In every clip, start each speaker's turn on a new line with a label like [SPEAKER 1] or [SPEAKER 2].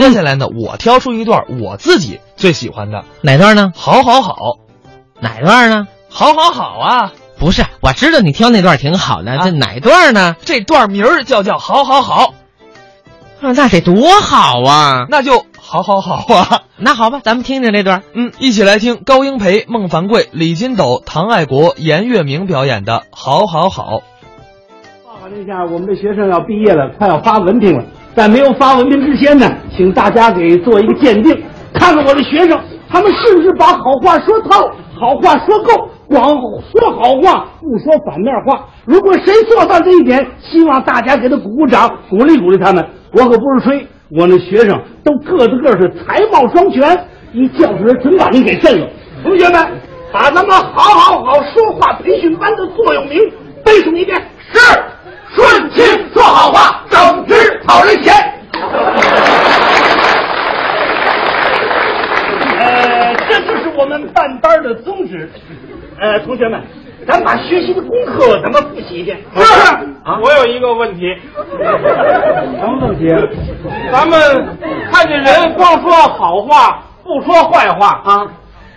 [SPEAKER 1] 接下来呢，我挑出一段我自己最喜欢的，
[SPEAKER 2] 哪段呢？
[SPEAKER 1] 好好好，
[SPEAKER 2] 哪段呢？
[SPEAKER 1] 好好好啊！
[SPEAKER 2] 不是，我知道你挑那段挺好的，
[SPEAKER 1] 啊
[SPEAKER 2] 这哪段呢？
[SPEAKER 1] 这段名儿就叫好好好，
[SPEAKER 2] 啊那得多好啊！
[SPEAKER 1] 那就好好好啊！
[SPEAKER 2] 那好吧，咱们听听这段。
[SPEAKER 1] 嗯，一起来听高英培、孟凡贵、李金斗、唐爱国、严月明表演的《好好好》。
[SPEAKER 3] 报告这下，我们的学生要毕业了，快要发文凭了。在没有发文凭之前呢，请大家给做一个鉴定，看看我的学生他们是不是把好话说透，好话说够，光说好话不说反面话。如果谁做到这一点，希望大家给他鼓鼓掌，鼓励鼓励他们。我可不是吹，我那学生都个子个儿是才貌双全，一教室准把您给震了。同学们，把咱们好好好说话培训班的座右铭背诵一遍。是。顺气说好话，整直讨人嫌。呃，这就是我们办班的宗旨。呃，同学们，咱把学习的功课咱们复习一遍。是啊，
[SPEAKER 4] 我有一个问题，
[SPEAKER 3] 什么问题？啊
[SPEAKER 4] 咱们看见人光说好话，不说坏话啊，
[SPEAKER 3] 啊，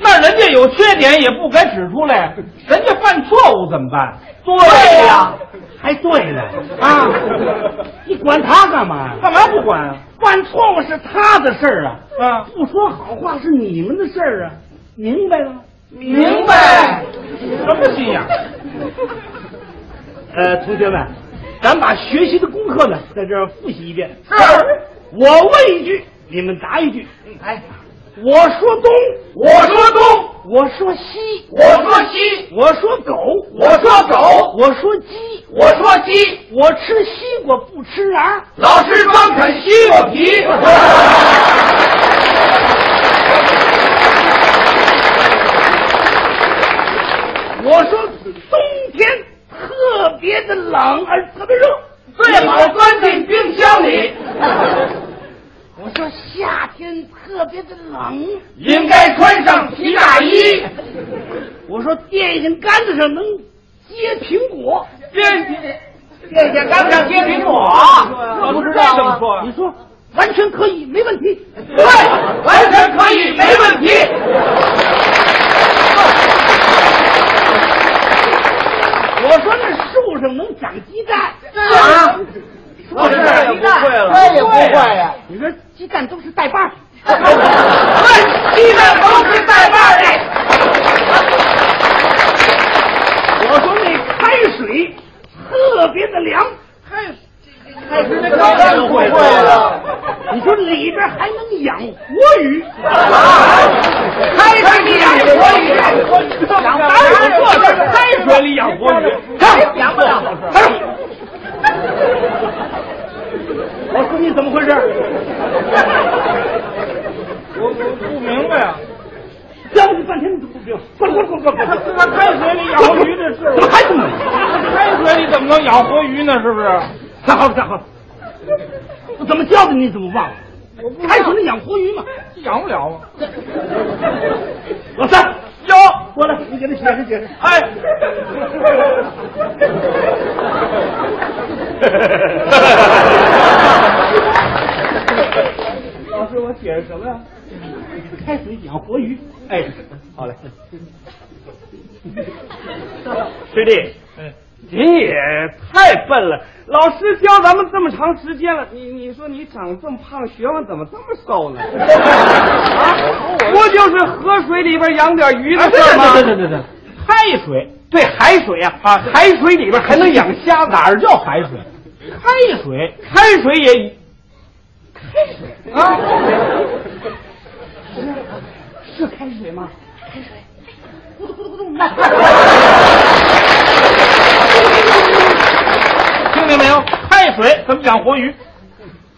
[SPEAKER 4] 那人家有缺点也不该指出 来，人家犯错误怎么办？
[SPEAKER 3] 对呀，还对呢啊！你管他干嘛呀？
[SPEAKER 4] 干嘛不管啊？
[SPEAKER 3] 犯错误是他的事儿啊，
[SPEAKER 4] 啊
[SPEAKER 3] 不说好话是你们的事儿啊，明白了吗？
[SPEAKER 4] 明白？什么信仰？
[SPEAKER 3] 呃，同学们，咱把学习的功课呢，在这儿复习一遍。
[SPEAKER 4] 是
[SPEAKER 3] 我问一句，你们答一句。哎，我说东，我说东；我说西，我说西；我说狗，我说狗；我说鸡，我说鸡；我吃西瓜不吃瓤。
[SPEAKER 4] 老师光啃西瓜皮。
[SPEAKER 3] 我说冬天特别的冷，而特别热，
[SPEAKER 4] 最好关进冰箱里，
[SPEAKER 3] 我说夏天特别的冷。
[SPEAKER 4] 应该穿上皮大 衣。
[SPEAKER 3] 我说电线杆子上能结苹果。
[SPEAKER 4] 电电线杆上接苹果，我不知道啊怎么说
[SPEAKER 3] 啊你说完全可以，没问题。
[SPEAKER 4] 对，完全可以，没问题。
[SPEAKER 3] 我说那树上能长鸡蛋
[SPEAKER 4] 啊
[SPEAKER 3] 我
[SPEAKER 4] 这也不会了
[SPEAKER 3] 这也不会啊呀。你说鸡蛋都是带把 儿，
[SPEAKER 4] 鸡蛋都是带把的，
[SPEAKER 3] 我说那开水特别的凉，开水那
[SPEAKER 4] 当然会了。
[SPEAKER 3] 你说里边还能养活鱼，开水里养活鱼，养当然有这事儿，开水里养活鱼，养不了。我说你怎么回事？
[SPEAKER 4] 我我不明白啊，
[SPEAKER 3] 教你半天你都不明白，滚滚滚滚滚！
[SPEAKER 4] 这个开水里养活鱼的事
[SPEAKER 3] 怎么
[SPEAKER 4] 儿，
[SPEAKER 3] 还不明
[SPEAKER 4] 开水里怎么能养活鱼呢？是不是？
[SPEAKER 3] 站好了，站好了！我怎么教的你怎么忘了？开水里养活鱼嘛。
[SPEAKER 4] 养不了啊。
[SPEAKER 3] 老三，哟，过来，你给他解释解释。
[SPEAKER 4] 哎，老师，我解释什么呀？
[SPEAKER 3] 开水养活鱼，哎，好嘞。
[SPEAKER 4] 师弟，您也太笨了。老师教咱们这么长时间了，你你说你长这么胖，学问怎么这么瘦 呢？啊，不就是河水里边养点鱼的事儿吗？
[SPEAKER 3] 对对对对，
[SPEAKER 4] 海水，对海水啊，啊，海水里边还能养虾，哪儿叫海水？开水，开水也，开水啊，
[SPEAKER 3] 是开水吗？
[SPEAKER 4] 听见没有？开水怎么养活鱼？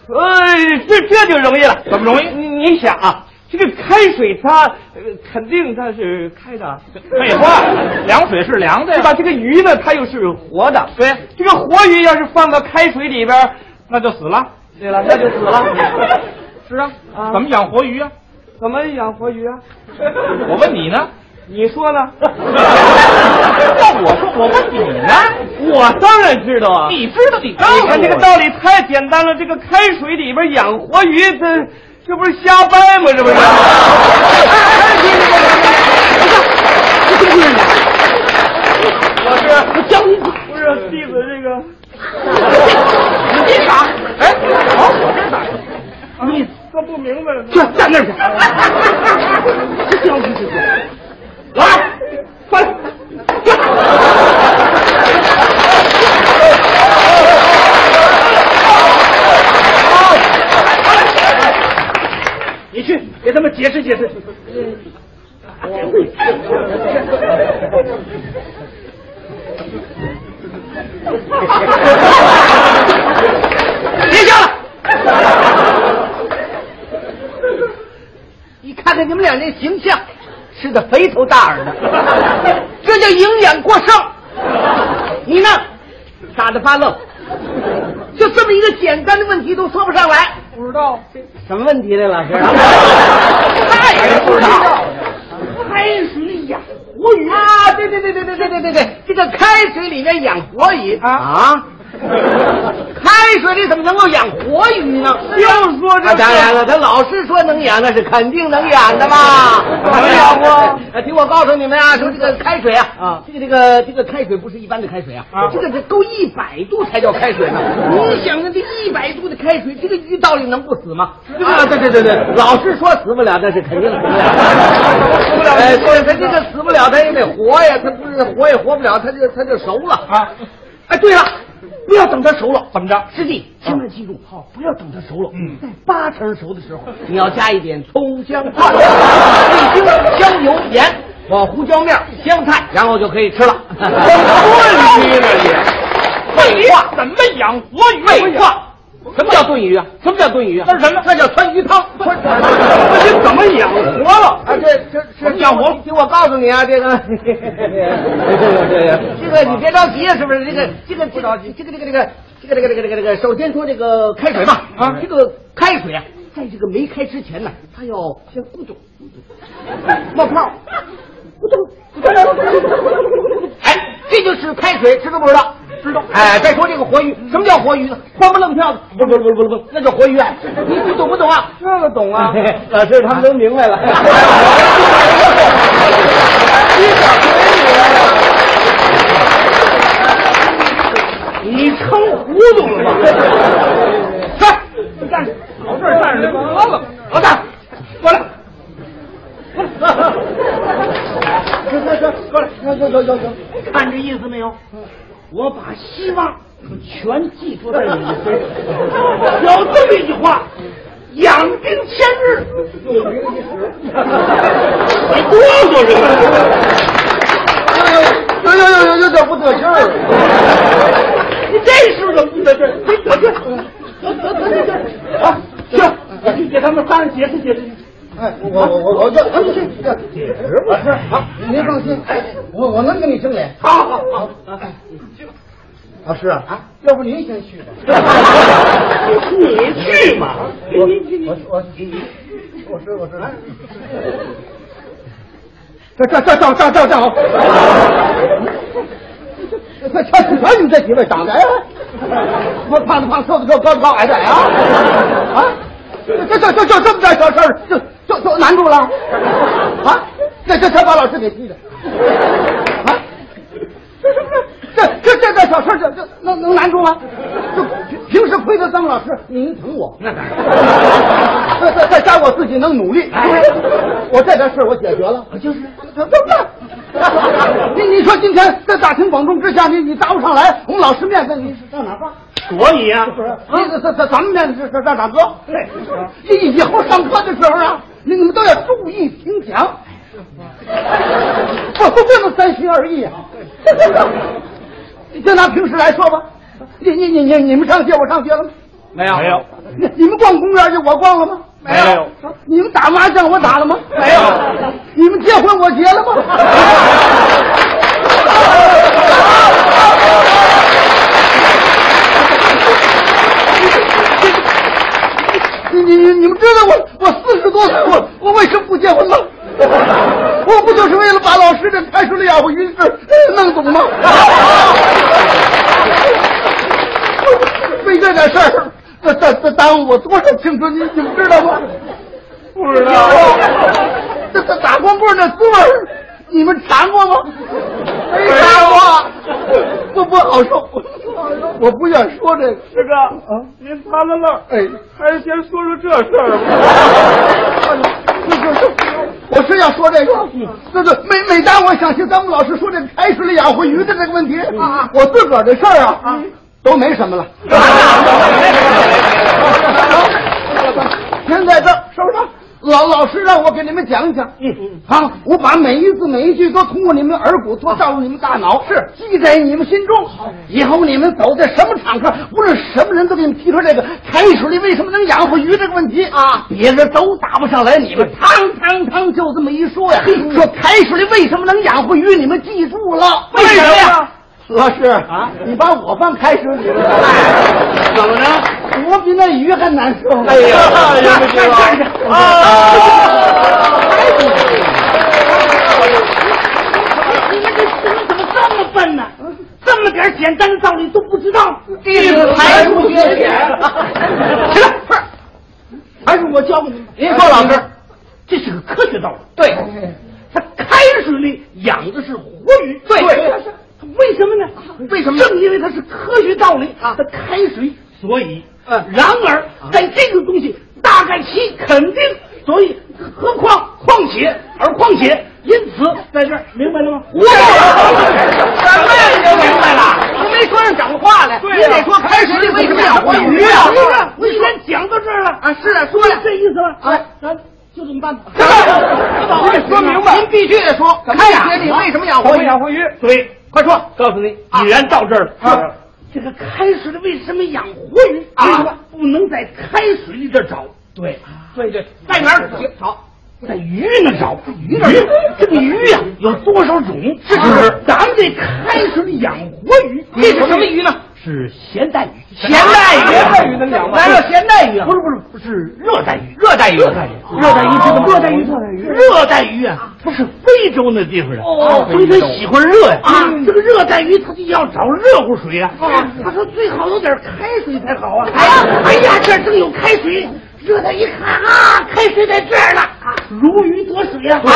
[SPEAKER 4] 呃，这这就容易了，怎么容易？你你想啊，这个开水它、呃、肯定它是开的，废话，凉水是凉的，是吧？这个鱼呢，它又是活的，对，这个活鱼要是放到开水里边儿，那就死了。对了，那就死 了。是啊，怎么养活鱼啊？怎么养活鱼啊？我问你呢，你说呢？ 那我说，我问你呢？ 我当然知道啊。你知道，你告诉我。你看这个道理太简单了，这个开水里边养活鱼，这
[SPEAKER 3] 这不是瞎掰吗？这不是。老师， 我教你不是弟子这个，你这啥？哎，往我这打，你这不明白了？
[SPEAKER 4] 去站那儿去，这教训就行。
[SPEAKER 3] 来，过来。
[SPEAKER 4] 你去给他们解释解释。
[SPEAKER 3] 别笑了，
[SPEAKER 4] 你看看你们俩那形象，吃的肥头大耳的，这叫营养过剩。你呢，傻的发愣，就这么一个简单的问题都说不上来。
[SPEAKER 3] 不知道。
[SPEAKER 4] 什么问题 呢，老师？哎
[SPEAKER 3] 那也不知道。
[SPEAKER 4] 开水养活鱼啊！对对对对对对对对对，这个开水里面养活鱼
[SPEAKER 3] 啊
[SPEAKER 4] 开水里怎么能够养活鱼呢？
[SPEAKER 3] 就说这
[SPEAKER 4] 啊，当然了，他老师说能养，那是肯定能养 的嘛。
[SPEAKER 3] 能养吗
[SPEAKER 4] 呃听我告诉你们啊，说这个开水啊，啊，这个这个这个开水不是一般的开水啊，
[SPEAKER 3] 啊
[SPEAKER 4] 这个这够一百度才叫开水呢。你想想，这一百度的开水，这个鱼到底能不死吗？啊，对对对对，老师说死不了，那是肯定死不了。
[SPEAKER 3] 死不了
[SPEAKER 4] 哎，对，他这个死不了，他也得活呀，他不是活也活不了，他就他就熟了
[SPEAKER 3] 啊。
[SPEAKER 4] 哎，对了，不要等它熟了，
[SPEAKER 3] 怎么着啊
[SPEAKER 4] 师弟，千万记住，好，不要等它熟了，
[SPEAKER 3] 嗯
[SPEAKER 4] 在八成熟的时候，你要加一点葱姜 蒜、味精、香油、盐，往胡椒面、香菜，然后就可以吃 了。
[SPEAKER 3] 问题呢你？
[SPEAKER 4] 废话
[SPEAKER 3] 怎么养活鱼？
[SPEAKER 4] 废话，什么叫炖鱼啊？什么叫炖鱼啊？
[SPEAKER 3] 那是什么
[SPEAKER 4] 那叫川鱼汤。
[SPEAKER 3] 不是，这怎么养活了？
[SPEAKER 4] 啊，这这
[SPEAKER 3] 怎
[SPEAKER 4] 是
[SPEAKER 3] 么养活？
[SPEAKER 4] 听我告诉你啊，这个，这个这个你别着急啊，是不是？这个这个不着急，这个这个这个这个这个这个这个这个，首先说这个开水吧，
[SPEAKER 3] 啊
[SPEAKER 4] 这个开水啊，在这个没开之前呢，它要先咕嘟咕嘟冒泡，咕嘟咕嘟咕嘟咕嘟咕嘟，哎，这就是开水，知道不知道？知道。哎，再说这个活鱼，什么叫活鱼呢？欢不愣跳的，不不不不不，那叫活鱼啊！你你懂不懂啊？
[SPEAKER 3] 这个懂啊
[SPEAKER 4] 老师他们都明白了。
[SPEAKER 3] 你成糊涂了吧？去，站着，老这儿站着得了。老大，过来。过来，
[SPEAKER 4] 有有有有有，看这意思没有？我把希望全寄托在你的身上。 有这么一句话：养兵千日，用兵一时。
[SPEAKER 3] 你哆嗦什么？
[SPEAKER 4] 有有有有有点不得劲儿。
[SPEAKER 3] 你这是不是不得劲儿？你得劲儿。
[SPEAKER 4] 啊，行，你给他们仨人解释解释。哎，我我我我这哎这这解释不是啊，您放心，哎，我我能跟你争理。好好好，老师啊，要不您先去吧。
[SPEAKER 3] 你去嘛！
[SPEAKER 4] 我我我我是我是。这这这这这这这！快全全你们这几位长得哎，我胖的胖，瘦的瘦，高的高，矮的矮啊啊！这这这就这么点小事儿，就就就难住了啊！这这才把老师给气的啊！这什么？这这这点小事儿，这这能能难住吗？这平平时亏得当老师，您疼我，那当然。再 再再加我自己能努力，我这点事儿哎我解决了，就是，对不对？你你说今天在大庭广众之下，你你答不上来，我们老师面子你上哪放？
[SPEAKER 3] 躲你呀、
[SPEAKER 4] 不是，这这这咱们面子是上啊哪搁？啊对，以以后上课的时候啊，你你们都要注意听讲， 不不不能三心二意啊。 就拿平时来说吧，你你你你你们上学，我上学了吗？
[SPEAKER 3] 没有没有
[SPEAKER 4] 你你们逛公园去，我逛了吗？
[SPEAKER 3] 没有，
[SPEAKER 4] 你们打麻将，我打了吗？
[SPEAKER 3] 没有。
[SPEAKER 4] 你们结婚，我结了吗？你你你们知道我我四十多岁，我我为什么不结婚吗？我不就是为了把老师这开除了养活鱼的事儿呃弄懂吗？为这点事儿，这这这耽误我多少青春，你你们知道吗？
[SPEAKER 3] 不知道。
[SPEAKER 4] 这这打光棍的滋味儿，你们尝过吗？没尝过，不不好受。我不愿说这个。啊
[SPEAKER 3] 师哥，您擦了愣，
[SPEAKER 4] 哎，
[SPEAKER 3] 还是先说说这事儿
[SPEAKER 4] 是是是，我是要说这个。
[SPEAKER 3] 嗯
[SPEAKER 4] 对对，每每当我想起咱们老师说这个开水里养活鱼的这个问题，
[SPEAKER 3] 嗯
[SPEAKER 4] 我自个儿的事儿啊，都没什么 了。 您在这儿是不是？老老师让我给你们讲一讲，嗯啊，我把每一字每一句都通过你们耳骨，都照入你们大脑，是记在你们心中。以后你们走在什么场合，无论什么人都给你们提出这个开水里为什么能养活鱼这个问题啊，别人都答不上来，你们汤汤汤就这么一说呀，说开水里为什么能养活鱼，你们记住了，
[SPEAKER 3] 为什么呀？
[SPEAKER 4] 老师啊，你把我放开水里了，
[SPEAKER 3] 哎怎么着？
[SPEAKER 4] 我比那鱼还难受。哎
[SPEAKER 3] 哎呀，人不知道啊！
[SPEAKER 5] 你们这师生怎么这么笨呢？这么点简单的道理都不知道，
[SPEAKER 4] 一排除缺 点。
[SPEAKER 5] 哎
[SPEAKER 4] 哎起来，不是，还是我教给你们。
[SPEAKER 5] 哎
[SPEAKER 4] 您说，老师，
[SPEAKER 5] 这是个科学道理。
[SPEAKER 4] 对，
[SPEAKER 5] 它开水里养的是活鱼，
[SPEAKER 4] 对
[SPEAKER 5] 为什么呢？
[SPEAKER 4] 为什么呢
[SPEAKER 5] 正因为它是科学道理啊，它开水，所以，
[SPEAKER 4] 嗯
[SPEAKER 5] 然而在这个东西大概其肯定，所以，何况况且而况且，因此在这儿明白了吗？
[SPEAKER 4] 我什么呀？你都明白了？啊您没说上讲话来，你得说开水里为什么养活鱼啊？
[SPEAKER 5] 我已经讲到这儿了，
[SPEAKER 4] 啊，是啊，说呀，
[SPEAKER 5] 这意思了。
[SPEAKER 4] 哎，
[SPEAKER 5] 咱就这么办吧。
[SPEAKER 4] 我得说明白，您必须得说开水里为什么养活鱼？
[SPEAKER 3] 活鱼？对，
[SPEAKER 4] 快说，
[SPEAKER 3] 告诉你，已然到这儿了。
[SPEAKER 5] 这个开水里为什么养活鱼
[SPEAKER 4] 啊
[SPEAKER 5] 为什么不能在开水里这儿找？对，对对，在哪儿找？在鱼那找，鱼那这个鱼
[SPEAKER 4] 啊
[SPEAKER 5] 呀、有多少种？是
[SPEAKER 4] 是是
[SPEAKER 5] 咱们这开水里养活鱼，
[SPEAKER 4] 这啊是什么鱼呢？
[SPEAKER 5] 是咸带鱼，
[SPEAKER 4] 咸带鱼，
[SPEAKER 3] 咸带鱼能养活
[SPEAKER 4] 咱说咸带鱼啊
[SPEAKER 5] 不，是不是不是热带鱼，
[SPEAKER 4] 热带鱼，啊热带鱼
[SPEAKER 5] 热带鱼知道吗？热带鱼，热带鱼，热带鱼啊，它是非洲那地方的，
[SPEAKER 4] 哦
[SPEAKER 5] 所以它喜欢热呀。
[SPEAKER 4] 啊
[SPEAKER 5] 这个热带鱼它就要找热乎水啊。他说最好有点开水才好啊。哎呀，哎呀，这儿正有开水，热带鱼看啊，开水在这儿呢，如鱼得水呀。啊，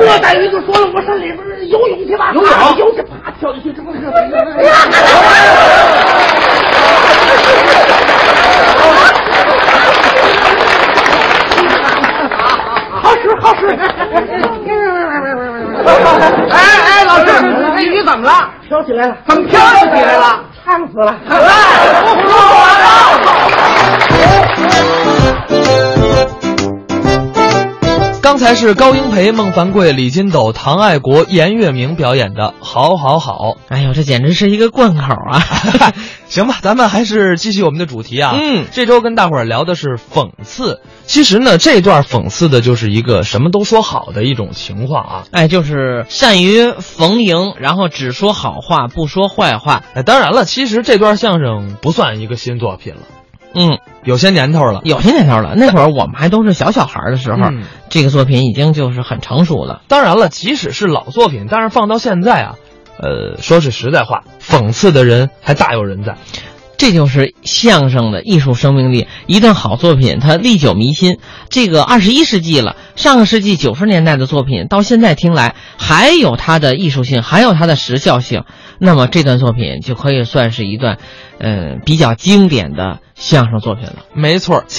[SPEAKER 5] 热带鱼就说了，我上里边游泳去吧。游泳，哎游去，啪跳进去，哎这不热带鱼。好使，好使。
[SPEAKER 4] 哎哎，老师，那鱼怎么了？
[SPEAKER 5] 飘起来了，
[SPEAKER 4] 怎么飘起来了？
[SPEAKER 5] 烫死了。
[SPEAKER 4] 哎，不说完了。
[SPEAKER 1] 刚才是高英培、孟凡贵、李金斗、唐爱国、严月明表演的《好好好。
[SPEAKER 2] 哎呦，这简直是一个贯口啊！》
[SPEAKER 1] 行吧，咱们还是继续我们的主题啊。
[SPEAKER 2] 嗯
[SPEAKER 1] 这周跟大伙儿聊的是讽刺。其实呢，这段讽刺的就是一个什么都说好的一种情况啊。
[SPEAKER 2] 哎，就是善于逢迎，然后只说好话，不说坏话。
[SPEAKER 1] 哎，当然了，其实这段相声不算一个新作品了，
[SPEAKER 2] 嗯，
[SPEAKER 1] 有些年头了。
[SPEAKER 2] 有些年头了，那会儿我们还都是小小孩儿的时候，
[SPEAKER 1] 嗯
[SPEAKER 2] 这个作品已经就是很成熟了。
[SPEAKER 1] 当然了，即使是老作品，但是放到现在啊，呃，说句实在话，讽刺的人还大有人在。
[SPEAKER 2] 这就是相声的艺术生命力。一段好作品，它历久弥新。这个二十一世纪了，上个世纪九十年代的作品，到现在听来还有它的艺术性，还有它的时效性。那么这段作品就可以算是一段，呃，比较经典的相声作品了。
[SPEAKER 1] 没错儿，下